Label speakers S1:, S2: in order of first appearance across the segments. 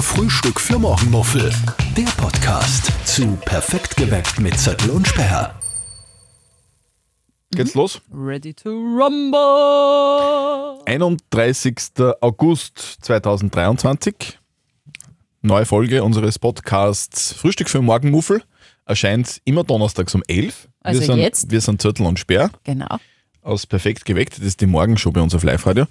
S1: Frühstück für Morgenmuffel. Der Podcast zu Perfekt geweckt mit Zettel und Sperr.
S2: Geht's los?
S3: Ready to rumble!
S2: 31. August 2023. Neue Folge unseres Podcasts Frühstück für Morgenmuffel erscheint immer donnerstags um 11.
S3: Also
S2: wir sind,
S3: jetzt?
S2: Wir sind Zürtel und Speer
S3: Genau.
S2: aus Perfekt geweckt. Das ist die Morgenshow bei uns auf Live-Radio.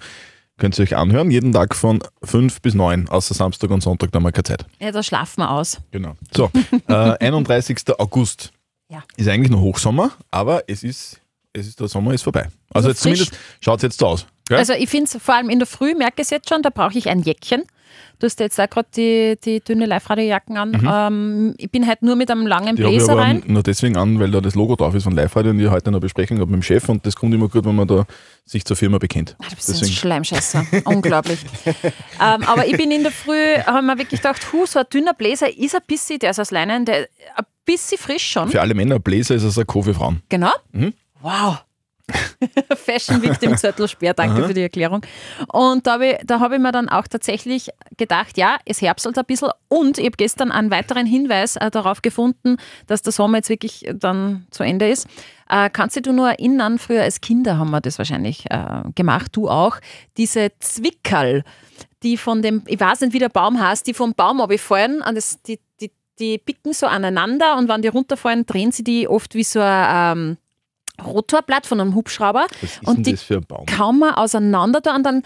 S2: Könnt ihr euch anhören, jeden Tag von 5 bis 9, außer Samstag und Sonntag, da haben wir keine Zeit.
S3: Ja, da schlafen wir aus.
S2: Genau. So, äh, 31. August
S3: Ja.
S2: ist eigentlich noch Hochsommer, aber es ist, es ist der Sommer ist vorbei. Also
S3: Also
S2: jetzt
S3: frisch.
S2: zumindest schaut es jetzt so aus. Gell?
S3: Also ich finde es vor allem in der Früh, merke ich es jetzt schon, da brauche ich ein Jäckchen. Du hast jetzt auch gerade die, die dünne Live-Radio-Jacken an. Ähm, ich bin halt nur mit einem langen
S2: Mhm. Die habe ich
S3: Bläser
S2: aber
S3: rein.
S2: nur deswegen an, weil da das Logo drauf ist von Live Radio und ich heute eine Besprechung habe mit dem Chef und das kommt immer gut, wenn man da sich zur Firma bekennt.
S3: Ah, Du bist ein
S2: Deswegen,
S3: Schleimscheißer. Unglaublich. ähm, aber ich bin in der Früh, habe mir wirklich gedacht, hu, so ein dünner Bläser ist ein bisschen, der ist aus Leinen, der ein bisschen frisch schon.
S2: für alle Männer, Bläser ist es ein Co für Frauen.
S3: Genau. Wow. Fashion Victim Zettel Speer, danke für die Erklärung. Und da habe ich, da hab ich mir dann auch tatsächlich gedacht, ja, es herbstelt ein bisschen und ich habe gestern einen weiteren Hinweis äh, darauf gefunden, dass der Sommer jetzt wirklich äh, dann zu Ende ist. Äh, kannst du dich nur erinnern, früher als Kinder haben wir das wahrscheinlich äh, gemacht, du auch, diese Zwickerl, die von dem, ich weiß nicht, wie der Baum heißt, die vom Baum runterfallen und das, die, die, die picken so aneinander und wenn die runterfallen, drehen sie die oft wie so ein... Ähm, Rotorblatt von einem Hubschrauber
S2: Was ist
S3: und
S2: denn
S3: die
S2: das für ein Baum?
S3: kaum mal auseinander da und dann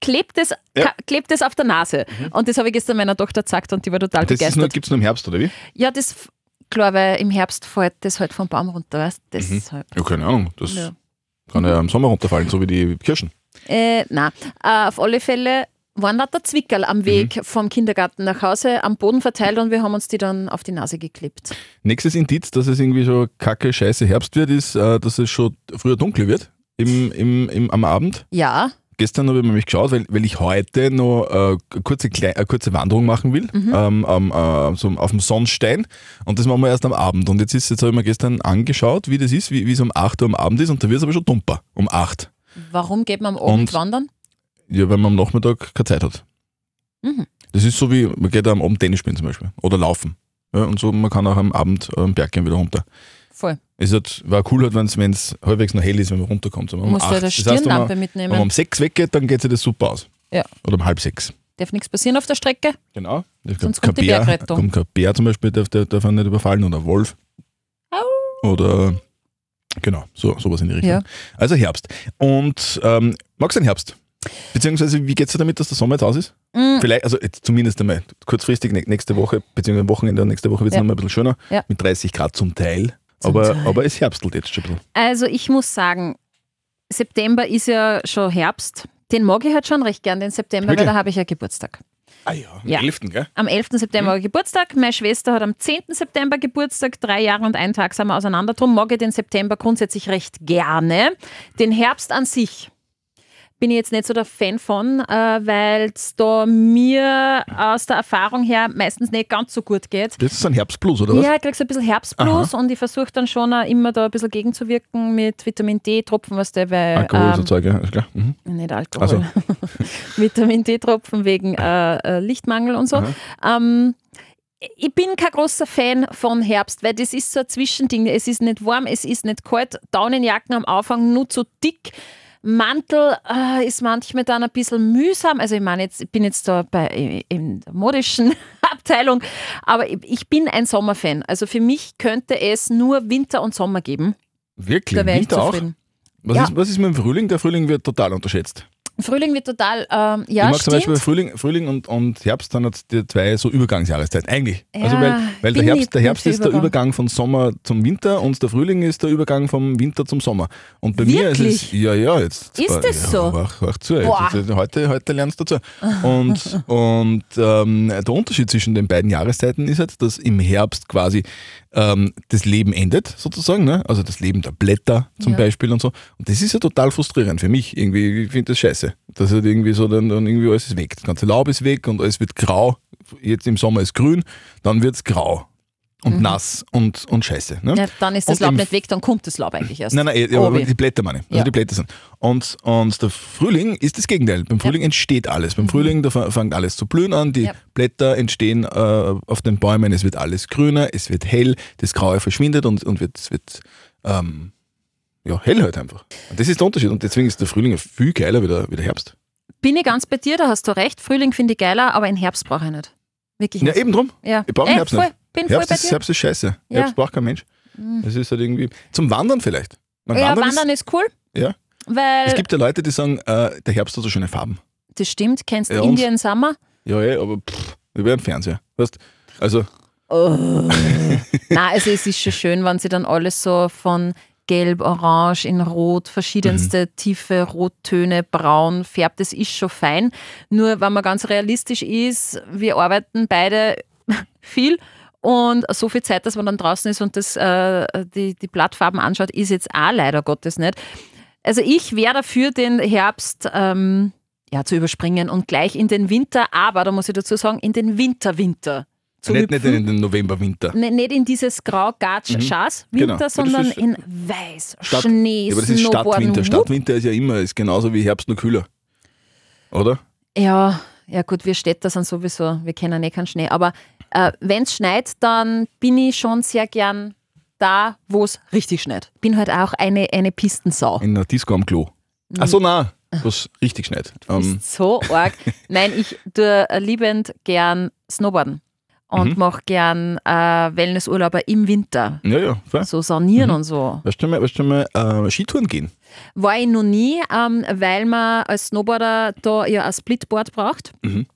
S3: klebt es,
S2: Ja. Mhm.
S3: ka- klebt es auf der Nase. Und das habe ich gestern meiner Tochter gesagt und die war total
S2: Das ist nur,
S3: begeistert.
S2: gibt's nur im Herbst, oder wie?
S3: ja, das f- klar, weil im Herbst fällt das halt vom Baum runter, weißt du? Deshalb.
S2: Mhm. Ja, keine Ahnung. Das
S3: Ja.
S2: kann ja im Sommer runterfallen, so wie die Kirschen.
S3: Äh, nein, äh, auf alle Fälle waren lauter Zwickerl
S2: Mhm.
S3: am Weg vom Kindergarten nach Hause am Boden verteilt und wir haben uns die dann auf die Nase geklebt.
S2: Nächstes Indiz, dass es irgendwie schon kacke, scheiße Herbst wird, ist, äh, dass es schon früher dunkel wird im, im, im, am Abend.
S3: Ja,
S2: Gestern habe ich nämlich geschaut, weil, weil ich heute noch äh, eine kurze, Klei- eine kurze Wanderung machen will, ähm, ähm, äh, so auf dem Sonnenstein. Und das machen wir erst am Abend. Und jetzt, ist- jetzt habe ich mir gestern angeschaut, wie das ist, wie wie es um 8 Uhr am Abend ist. Und da wird es aber schon dumper, um 8.
S3: warum geht man am Abend
S2: Und-
S3: wandern?
S2: Ja, weil man am Nachmittag keine Zeit hat.
S3: Mhm.
S2: Das ist so wie, man geht am Abend Tennis spielen zum Beispiel oder laufen. Ja, und so, man kann auch am Abend äh, am Berg gehen wieder runter.
S3: Voll.
S2: Es hat, war cool, halt, wenn es halbwegs noch hell ist, wenn man runterkommt. So, um
S3: Du musst ja
S2: acht.
S3: eine
S2: das heißt, wenn man,
S3: Stirnlampe mitnehmen.
S2: wenn man um 6 weggeht, dann geht sich das super aus.
S3: Ja.
S2: Oder um halb sechs.
S3: Darf nichts passieren auf der Strecke?
S2: Genau.
S3: Sonst kommt die Bergrettung.
S2: Kommt kein Bär zum Beispiel, darf, der- darf er nicht überfallen oder ein Wolf. Oder genau, so, sowas in die Richtung.
S3: Ja.
S2: Also Herbst. Und ähm, magst du den Herbst? Beziehungsweise, wie geht's dir damit, dass der Sommer jetzt aus ist?
S3: Mm,
S2: Vielleicht, also jetzt zumindest einmal kurzfristig, nä- nächste Woche, beziehungsweise am Wochenende und nächste Woche wird es
S3: Ja.
S2: nochmal ein bisschen schöner,
S3: Ja.
S2: mit 30 Grad zum Teil.
S3: Zum
S2: aber,
S3: Teil.
S2: aber es herbstelt jetzt schon ein bisschen.
S3: Also ich muss sagen, September ist ja schon Herbst. Den mag ich halt schon recht gern, den September,
S2: Wirklich?
S3: weil da habe ich ja Geburtstag.
S2: Ah ja, am
S3: Ja.
S2: 11. gell?
S3: Am 11.
S2: Mhm.
S3: September habe ich Geburtstag, meine Schwester hat am 10. September Geburtstag, drei Jahre und einen Tag sind wir auseinander. Drum mag ich den September grundsätzlich recht gerne. Den Herbst an sich bin ich jetzt nicht so der Fan von, äh, weil es da mir aus der Erfahrung her meistens nicht ganz so gut geht.
S2: Das ist ein Herbstplus, oder was?
S3: Ja, ich krieg so ein bisschen Herbstblues und ich versuche dann schon auch immer da ein bisschen gegenzuwirken mit Vitamin D-Tropfen, was der weil
S2: Alkohol
S3: ähm,
S2: sozusagen, ja, ist klar. Mhm.
S3: nicht Alkohol. Vitamin D-Tropfen wegen äh, äh, Lichtmangel und so. Ähm, ich bin kein großer Fan von Herbst, weil das ist so ein Zwischending. Es ist nicht warm, es ist nicht kalt. Daunenjacken am Anfang nur zu dick. Mantel äh, ist manchmal dann ein bisschen mühsam. Also ich meine, jetzt, ich bin jetzt da bei i- in der modischen Abteilung, aber ich, ich bin ein Sommerfan. Also für mich könnte es nur Winter und Sommer geben.
S2: Wirklich,
S3: Da wäre ich
S2: Winter auch.
S3: zufrieden.
S2: Was,
S3: Ja.
S2: ist, was ist mit dem Frühling? Der Frühling wird total unterschätzt.
S3: Frühling wird total, ähm, ja,
S2: ich mag
S3: stimmt.
S2: zum Beispiel Frühling, Frühling und, und Herbst dann jetzt die zwei so Übergangsjahreszeiten. Eigentlich.
S3: Ja,
S2: also weil, weil der
S3: bin
S2: Herbst,
S3: ich
S2: der Herbst
S3: für
S2: ist der
S3: Übergang.
S2: Übergang von Sommer zum Winter und der Frühling ist der Übergang vom Winter zum Sommer. Und bei mir ist es,
S3: Wirklich?
S2: ja, ja, jetzt.
S3: Ist das
S2: ja,
S3: so?
S2: Wach, wach zu, jetzt,
S3: Boah.
S2: jetzt, heute, heute lernst du dazu. Und, und ähm, der Unterschied zwischen den beiden Jahreszeiten ist jetzt, dass im Herbst quasi ähm, das Leben endet, sozusagen. Ne? Also das Leben der Blätter zum
S3: Ja.
S2: Beispiel und so. Und das ist ja total frustrierend für mich. Irgendwie, ich finde das scheiße. Dass halt irgendwie so dann, dann irgendwie alles ist weg. Das ganze Laub ist weg und alles wird grau. Jetzt im Sommer ist grün, dann wird es grau. und nass und, und scheiße. Ne?
S3: Mhm. Ja, dann ist
S2: Und
S3: das Laub
S2: im
S3: nicht weg, dann kommt das Laub eigentlich erst.
S2: Nein, nein, ja,
S3: Oh,
S2: aber
S3: weh.
S2: die Blätter meine ich. Also
S3: Ja.
S2: die Blätter sind. Und, und der Frühling ist das Gegenteil. Beim Frühling entsteht alles. Beim Frühling, da fa- fängt alles zu blühen an, die
S3: Mhm. Ja.
S2: Blätter entstehen äh, auf den Bäumen, es wird alles grüner, es wird hell, das Graue verschwindet und, und wird, es wird ähm, ja, hell halt einfach. Und das ist der Unterschied. Und deswegen ist der Frühling viel geiler wie der, wie der Herbst.
S3: Bin ich ganz bei dir, da hast du recht. Frühling finde ich geiler, aber einen Herbst brauche ich nicht. Wirklich
S2: Ja,
S3: nicht.
S2: eben drum.
S3: Ja.
S2: Ich brauche
S3: Äh,
S2: den Herbst
S3: voll,
S2: nicht.
S3: Bin voll
S2: Herbst
S3: bei
S2: ist,
S3: dir.
S2: Herbst ist scheiße.
S3: Mhm. Ja. Mhm.
S2: Herbst braucht kein Mensch. Es ist halt irgendwie. Zum Wandern vielleicht. Man
S3: Ja,
S2: wandern ist-
S3: Wandern ist cool,
S2: ja. Es
S3: weil
S2: gibt ja Leute, die sagen, äh, der Herbst hat so schöne Farben.
S3: das stimmt. Kennst du
S2: Ja, und?
S3: Indian Summer?
S2: Ja, ja, aber pff, über den Fernseher. Weißt, also,
S3: Oh. Nein, also es ist schon schön, wenn sie dann alles so von gelb, orange in rot, verschiedenste
S2: Mhm.
S3: tiefe Rottöne, braun färbt. Das ist schon fein. Nur wenn man ganz realistisch ist, wir arbeiten beide viel und so viel Zeit, dass man dann draußen ist und das, äh, die, die Blattfarben anschaut, ist jetzt auch leider Gottes nicht. Also ich wäre dafür, den Herbst ähm, ja, zu überspringen und gleich in den Winter, aber da muss ich dazu sagen, in den Winter-Winter zu
S2: nicht, nicht
S3: hüpfen.
S2: in den November, Winter.
S3: Ne- nicht in dieses grau gatsch schaß
S2: Genau.
S3: winter
S2: Ja, das
S3: sondern
S2: ist-
S3: in weiß,
S2: Stadt-
S3: Schnee,
S2: Ja, aber das ist
S3: Snowboarden.
S2: Stadtwinter.
S3: Wupp.
S2: Stadtwinter ist ja immer, ist genauso wie Herbst nur kühler. Oder?
S3: Ja, ja gut, wir Städter sind sowieso, wir kennen eh keinen Schnee. Aber äh, wenn es schneit, dann bin ich schon sehr gern da, wo es richtig schneit. Bin halt auch eine, eine Pistensau.
S2: In einer Disco am
S3: Hm.
S2: Klo. Ach so, nein, was richtig schneit. Ähm,
S3: Ist so arg. Nein, ich tue liebend gern Snowboarden und
S2: Mhm.
S3: mache gern äh, Wellnessurlauber im Winter.
S2: Ähm, ja, ja, Mhm. fair.
S3: So sanieren und so.
S2: Weißt du mal, weißt du mal äh, Skitouren gehen?
S3: War ich noch nie, ähm, weil man als Snowboarder da ja ein Splitboard braucht.
S2: Mhm.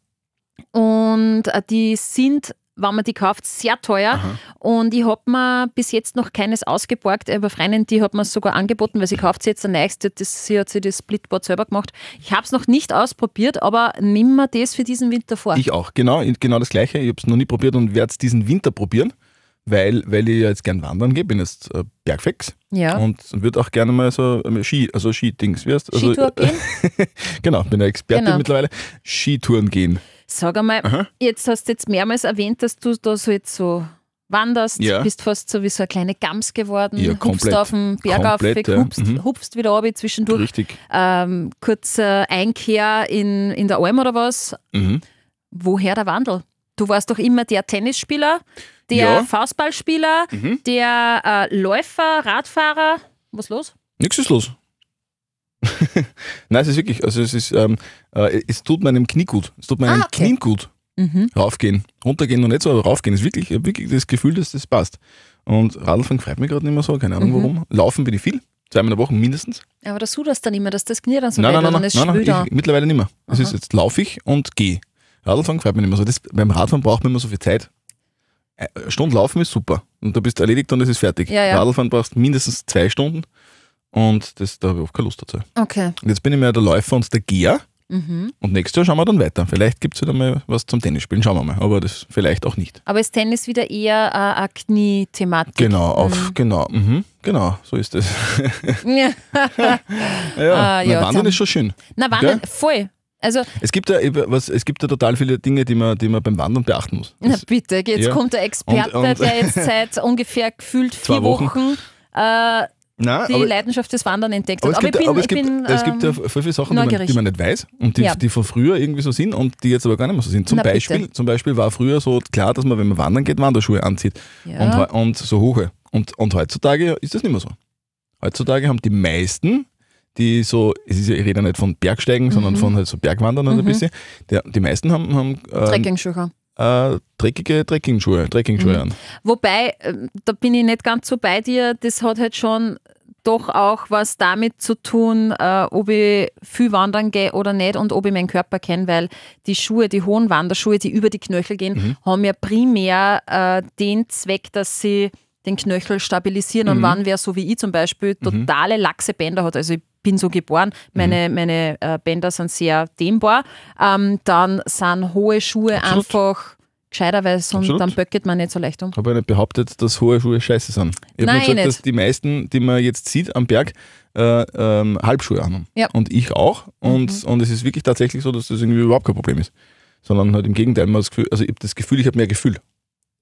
S3: Und äh, die sind, wenn man die kauft, sehr teuer. Und ich habe mir bis jetzt noch keines ausgeborgt. Aber Freundin, die hat mir sogar angeboten, weil sie kauft sie jetzt ein neues. die hat das- Sie hat sich das Splitboard selber gemacht. Ich habe es noch nicht ausprobiert, aber nimm mir das für diesen Winter vor.
S2: Ich auch, genau, genau das Gleiche. Ich habe es noch nie probiert und werde es diesen Winter probieren, weil, weil ich ja jetzt gern wandern gehe. Bin jetzt äh, Bergfex
S3: ja.
S2: und würde auch gerne mal so ähm, Ski, also Skidings, wie heißt also,
S3: Skitour gehen?
S2: Genau, bin ja Experte
S3: Genau.
S2: mittlerweile. Skitouren gehen.
S3: Sag einmal, jetzt hast du jetzt mehrmals erwähnt, dass du da so jetzt so wanderst,
S2: Ja.
S3: bist fast so wie so eine kleine Gams geworden,
S2: Ja,
S3: hupfst
S2: komplett.
S3: auf den Berg auf,
S2: Komplett, ja.
S3: hupfst,
S2: Mhm.
S3: hupfst wieder runter zwischendurch,
S2: Richtig.
S3: ähm, kurze Einkehr in, in der Alm oder was.
S2: Mhm.
S3: Woher der Wandel? Du warst doch immer der Tennisspieler, der
S2: Ja.
S3: Faustballspieler, der äh, Läufer, Radfahrer. Was los?
S2: Nichts ist los. Nein, es ist wirklich, also es ist, ähm, äh, es tut meinem Knie gut. Es tut meinem
S3: Ah, okay.
S2: Knie gut.
S3: Mhm.
S2: Raufgehen, runtergehen und nicht so, aber raufgehen. Es ist wirklich, ich hab wirklich das Gefühl, dass das passt. Und Radlfahren freut mich gerade nicht mehr so, keine
S3: Mhm.
S2: Ahnung warum. Laufen bin ich viel, zweimal in der Woche mindestens.
S3: Aber da suderst dann immer, dass das Knie dann so
S2: nein,
S3: weh
S2: nein,
S3: wird
S2: nein,
S3: und
S2: nein,
S3: es
S2: nein,
S3: schwül
S2: nein ich, mittlerweile nicht mehr. Es ist jetzt laufe ich und gehe. Radlfahren freut mich nicht mehr so. Das, beim Radfahren braucht man immer so viel Zeit. Äh, Eine Stunde laufen ist super. Und da bist du erledigt und es ist fertig.
S3: Ja, ja.
S2: Radlfahren brauchst mindestens zwei Stunden und das, da habe ich oft keine Lust dazu.
S3: da. Okay.
S2: Und jetzt bin ich mehr der Läufer und der Geher.
S3: Mhm.
S2: Und nächstes Jahr schauen wir dann weiter. Vielleicht gibt es wieder mal was zum Tennisspielen, schauen wir mal. Aber das vielleicht auch nicht.
S3: Aber ist Tennis wieder eher äh, eine Knie-Thematik?
S2: Genau, auf, genau, mhm, genau, so ist das.
S3: Ja. Ah,
S2: Ja,
S3: ja,
S2: Na, Wandern
S3: dann-
S2: ist schon schön.
S3: Na, wann
S2: Gell?
S3: denn? Voll. Also,
S2: Es gibt ja, eben was, es gibt ja total viele Dinge, die man, die man beim Wandern beachten muss.
S3: na
S2: Das-
S3: bitte, jetzt
S2: ja.
S3: kommt der Experte,
S2: Und- und-
S3: der jetzt seit ungefähr gefühlt vier
S2: Zwei Wochen.
S3: Wochen, äh,
S2: Nein,
S3: die
S2: aber-
S3: Leidenschaft des Wandern entdeckt
S2: Aber
S3: hat.
S2: es, gibt,
S3: ich bin,
S2: aber es,
S3: ich
S2: gibt,
S3: bin
S2: es gibt ja
S3: ähm,
S2: viele Sachen, die man,
S3: neugierig.
S2: die man nicht weiß und die,
S3: Ja.
S2: die von früher irgendwie so sind und die jetzt aber gar nicht mehr so sind. Zum,
S3: Na, bitte.
S2: Beispiel, zum Beispiel war früher so klar, dass man, wenn man wandern geht, Wanderschuhe anzieht
S3: Ja.
S2: und, heu- und so hohe. Und, und heutzutage ist das nicht mehr so. Heutzutage haben die meisten, die so, es ist ja, ich rede ja nicht von Bergsteigen, sondern
S3: Mhm.
S2: von halt so Bergwandern und ein bisschen, der, die meisten haben, haben äh,
S3: Trekkingschuhe.
S2: äh, dreckige Trekkingschuhe, Trekkingschuhe
S3: Mhm.
S2: an.
S3: Wobei, ähm, da bin ich nicht ganz so bei dir, das hat halt schon doch auch was damit zu tun, äh, ob ich viel wandern gehe oder nicht und ob ich meinen Körper kenne, weil die Schuhe, die hohen Wanderschuhe, die über die Knöchel gehen,
S2: Mhm.
S3: haben ja primär äh, den Zweck, dass sie den Knöchel stabilisieren.
S2: Mhm.
S3: Und wann wer so wie ich zum Beispiel totale laxe Bänder hat, also ich bin so geboren,
S2: Mhm.
S3: meine, meine äh, Bänder sind sehr dehnbar, ähm, dann sind hohe Schuhe
S2: Absolut.
S3: einfach gescheiter, weil sonst
S2: Absolut.
S3: dann böckelt man nicht so leicht um.
S2: habe ja nicht behauptet, dass hohe Schuhe scheiße sind. Ich habe
S3: Nein,
S2: nur gesagt,
S3: nicht.
S2: dass die meisten, die man jetzt sieht am Berg, äh, ähm, Halbschuhe anhaben.
S3: Ja. Mhm.
S2: Und ich auch. Und, und es ist wirklich tatsächlich so, dass das irgendwie überhaupt kein Problem ist. Sondern halt im Gegenteil, man hat das Gefühl, also ich habe das Gefühl, ich habe mehr Gefühl.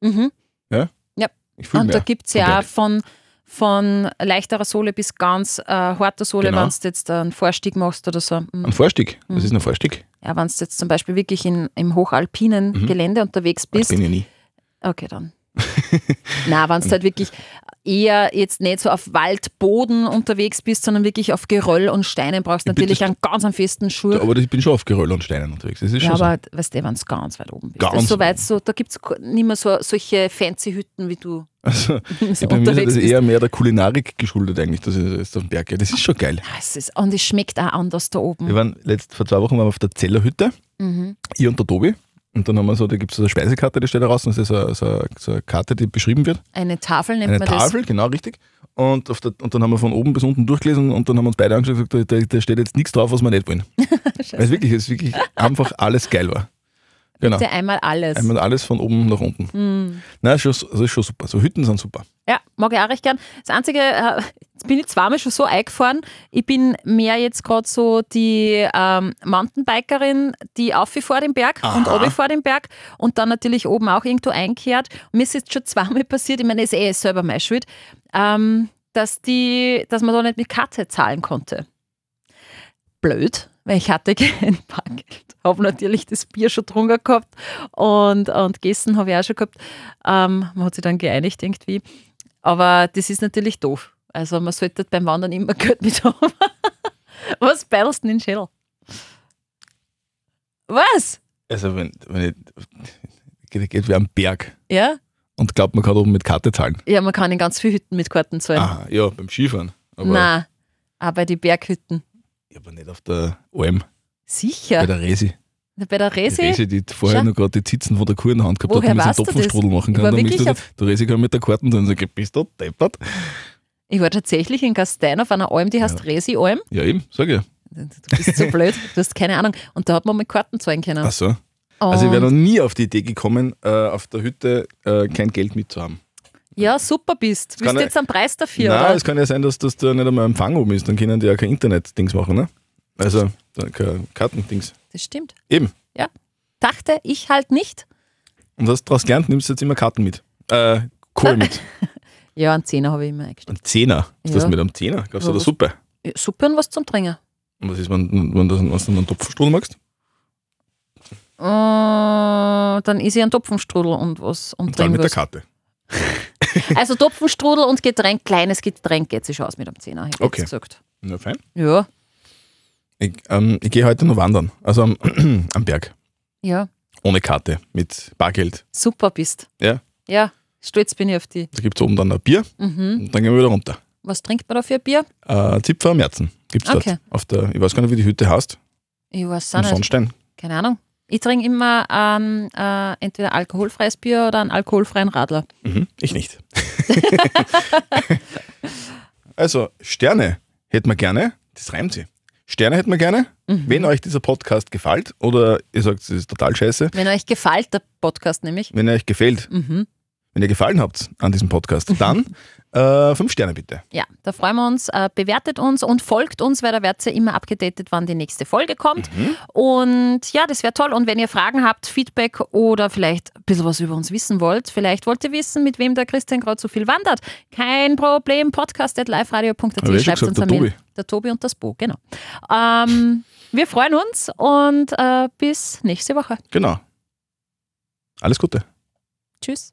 S3: Mhm.
S2: Ja?
S3: Ja,
S2: Ich fühl
S3: Und da
S2: mehr.
S3: gibt es ja auch von, von leichterer Sohle bis ganz äh, harter Sohle,
S2: Genau.
S3: wenn du jetzt einen Vorstieg machst oder so. Mhm.
S2: Ein Vorstieg. Das ist ein Vorstieg.
S3: Ja, wenn du jetzt zum Beispiel wirklich in, im hochalpinen Gelände unterwegs
S2: Ich
S3: bist.
S2: bin Mhm. ja nie.
S3: Okay, dann. Na, wenn du halt wirklich eher jetzt nicht so auf Waldboden unterwegs bist, sondern wirklich auf Geröll und Steinen brauchst du
S2: bin
S3: natürlich
S2: das-
S3: einen ganz am festen Schuh.
S2: Aber ich bin schon auf Geröll und Steinen unterwegs. Das ist
S3: ja,
S2: schon
S3: aber weißt du, wenn du ganz weit oben bist.
S2: Ganz
S3: Das ist so
S2: weit
S3: weit, so, da gibt es nicht mehr so, solche fancy Hütten wie du.
S2: so. Also,
S3: so
S2: bei mir ist das
S3: unterwegs bist.
S2: eher mehr der Kulinarik geschuldet eigentlich, dass ich jetzt auf den Berg gehe. Das ist schon geil.
S3: Ah, Es ist, und es schmeckt auch anders da oben.
S2: Wir waren letzt, vor zwei Wochen waren wir auf der Zellerhütte, ich und der Tobi. Und dann haben wir so, da gibt es so eine Speisekarte, die steht da raus, und das ist so, eine- so, eine- so eine Karte, die beschrieben wird.
S3: Eine Tafel nennt
S2: Eine
S3: man
S2: Tafel, genau richtig. Und, auf der, und dann haben wir von oben bis unten durchgelesen und dann haben wir uns beide angeschaut und gesagt, da, da steht jetzt nichts drauf, was wir nicht wollen. Weil es wirklich, es wirklich einfach alles geil war. Genau.
S3: das. Ja, einmal alles.
S2: Einmal alles von oben nach unten. Na, ist schon, das ist schon super. So Hütten sind super.
S3: Ja, mag ich auch recht gern. Das Einzige, äh, jetzt bin ich zweimal schon so eingefahren. Ich bin mehr jetzt gerade so die ähm, Mountainbikerin, die auf vor dem Berg und ab vor dem Berg und dann natürlich oben auch irgendwo einkehrt. Und mir ist jetzt schon zweimal passiert, ich meine, das ist eh selber meine Schuld, ähm, dass, die, dass man da nicht mit Karte zahlen konnte. Blöd, weil ich hatte kein Bargeld. Habe natürlich das Bier schon drunter gehabt und, und gegessen habe ich auch schon gehabt. Ähm, man hat sich dann geeinigt irgendwie. Aber das ist natürlich doof. Also man sollte beim Wandern immer Geld mit haben. Was battlest du denn in Shell? Was?
S2: Also wenn, wenn ich, geht, geht wie am Berg
S3: Ja?
S2: und glaubt, man kann oben mit Karte zahlen.
S3: Ja, man kann in ganz vielen Hütten mit Karten zahlen.
S2: Aha, ja, beim Skifahren. Ah, Aber,
S3: Nein, auch bei den Berghütten.
S2: Ja, aber nicht auf der Alm, bei
S3: Sicher.
S2: der Resi.
S3: Bei der
S2: Die
S3: Resi?
S2: Resi, die vorher
S3: Schau.
S2: noch gerade die Zitzen von der Kuh in der Hand gehabt
S3: Woher
S2: hat, damit
S3: weißt
S2: sie
S3: du
S2: einen Topfenstrudel
S3: das?
S2: machen
S3: Ich
S2: kann.
S3: war
S2: Dann
S3: wirklich
S2: du,
S3: auf-
S2: der Resi kann mit der Karte und dann sagt, bist du deppert?
S3: Ich war tatsächlich in Gastein auf einer Alm, die heißt Resi-Alm.
S2: Ja eben, sag ich.
S3: Du bist so blöd, du hast keine Ahnung. Und da hat man mit Karten zahlen können.
S2: Ach so. Also ich wäre
S3: Und-
S2: noch nie auf die Idee gekommen, äh, auf der Hütte äh, kein Geld mitzuhaben.
S3: ja, super bist. Bist
S2: kann
S3: du
S2: ich-
S3: jetzt am Preis dafür?
S2: Nein,
S3: oder?
S2: es kann ja sein, dass das da nicht einmal Empfang oben ist, dann können die ja kein Internet-Dings machen, ne? Also, da- kein Kartendings.
S3: Das stimmt.
S2: Eben.
S3: Dachte ich halt nicht.
S2: Und was daraus gelernt, nimmst du jetzt immer Karten mit. Äh, Kohl mit.
S3: Ja, einen Zehner habe ich immer eingestellt.
S2: Ein Zehner. Was ist das
S3: Ja.
S2: mit einem Zehner? Gab's
S3: Ja,
S2: da der
S3: was-
S2: Suppe?
S3: Suppe und was zum Trinken.
S2: Und was ist, wenn, wenn, das, wenn du einen Topfenstrudel magst?
S3: Äh, dann ist ich ein Topfenstrudel und was und,
S2: Und dann mit der
S3: was.
S2: Karte.
S3: Also Topfenstrudel und Getränk, kleines Getränk geht sich schon aus mit einem Zehner, hätte ich
S2: Okay.
S3: jetzt gesagt.
S2: Na fein.
S3: Ja,
S2: Ich, ähm, ich gehe heute noch wandern. Also am, am Berg.
S3: ja,
S2: Ohne Karte. Mit Bargeld.
S3: super bist.
S2: Ja.
S3: Ja, stolz bin ich auf die.
S2: Da gibt's oben dann ein Bier.
S3: Mhm.
S2: Und dann gehen wir wieder runter.
S3: Was trinkt man da für ein Bier?
S2: Äh, Zipfer am Herzen gibt's
S3: Okay.
S2: dort. Auf der, ich weiß gar nicht, wie die Hütte heißt.
S3: Ich weiß auch
S2: Am
S3: nicht.
S2: Sonnstein.
S3: Keine Ahnung. Ich trinke immer ähm, äh, entweder alkoholfreies Bier oder einen alkoholfreien Radler.
S2: Mhm, ich nicht. also, Sterne hätten wir gerne. Das reimt sie. Sterne hätten wir gerne.
S3: Mhm.
S2: Wenn euch dieser Podcast gefällt oder ihr sagt, es ist total scheiße,
S3: Wenn euch gefällt, der Podcast nämlich.
S2: wenn er euch gefällt,
S3: Mhm.
S2: wenn ihr gefallen habt an diesem Podcast, dann äh, fünf Sterne bitte.
S3: Ja, da freuen wir uns. Äh, bewertet uns und folgt uns, weil da werdet ihr immer abgedatet, wann die nächste Folge kommt.
S2: Mhm.
S3: Und ja, das wäre toll. Und wenn ihr Fragen habt, Feedback oder vielleicht ein bisschen was über uns wissen wollt, vielleicht wollt ihr wissen, mit wem der Christian gerade so viel wandert. Kein
S2: Hab
S3: Problem.
S2: ich
S3: Podcast.liferadio.at
S2: schon
S3: schreibt uns
S2: gesagt, der
S3: eine Mail.
S2: Tobi.
S3: Der Tobi und das Bo, genau. Ähm, wir freuen uns und äh, bis nächste Woche.
S2: Genau. Alles Gute.
S3: Tschüss.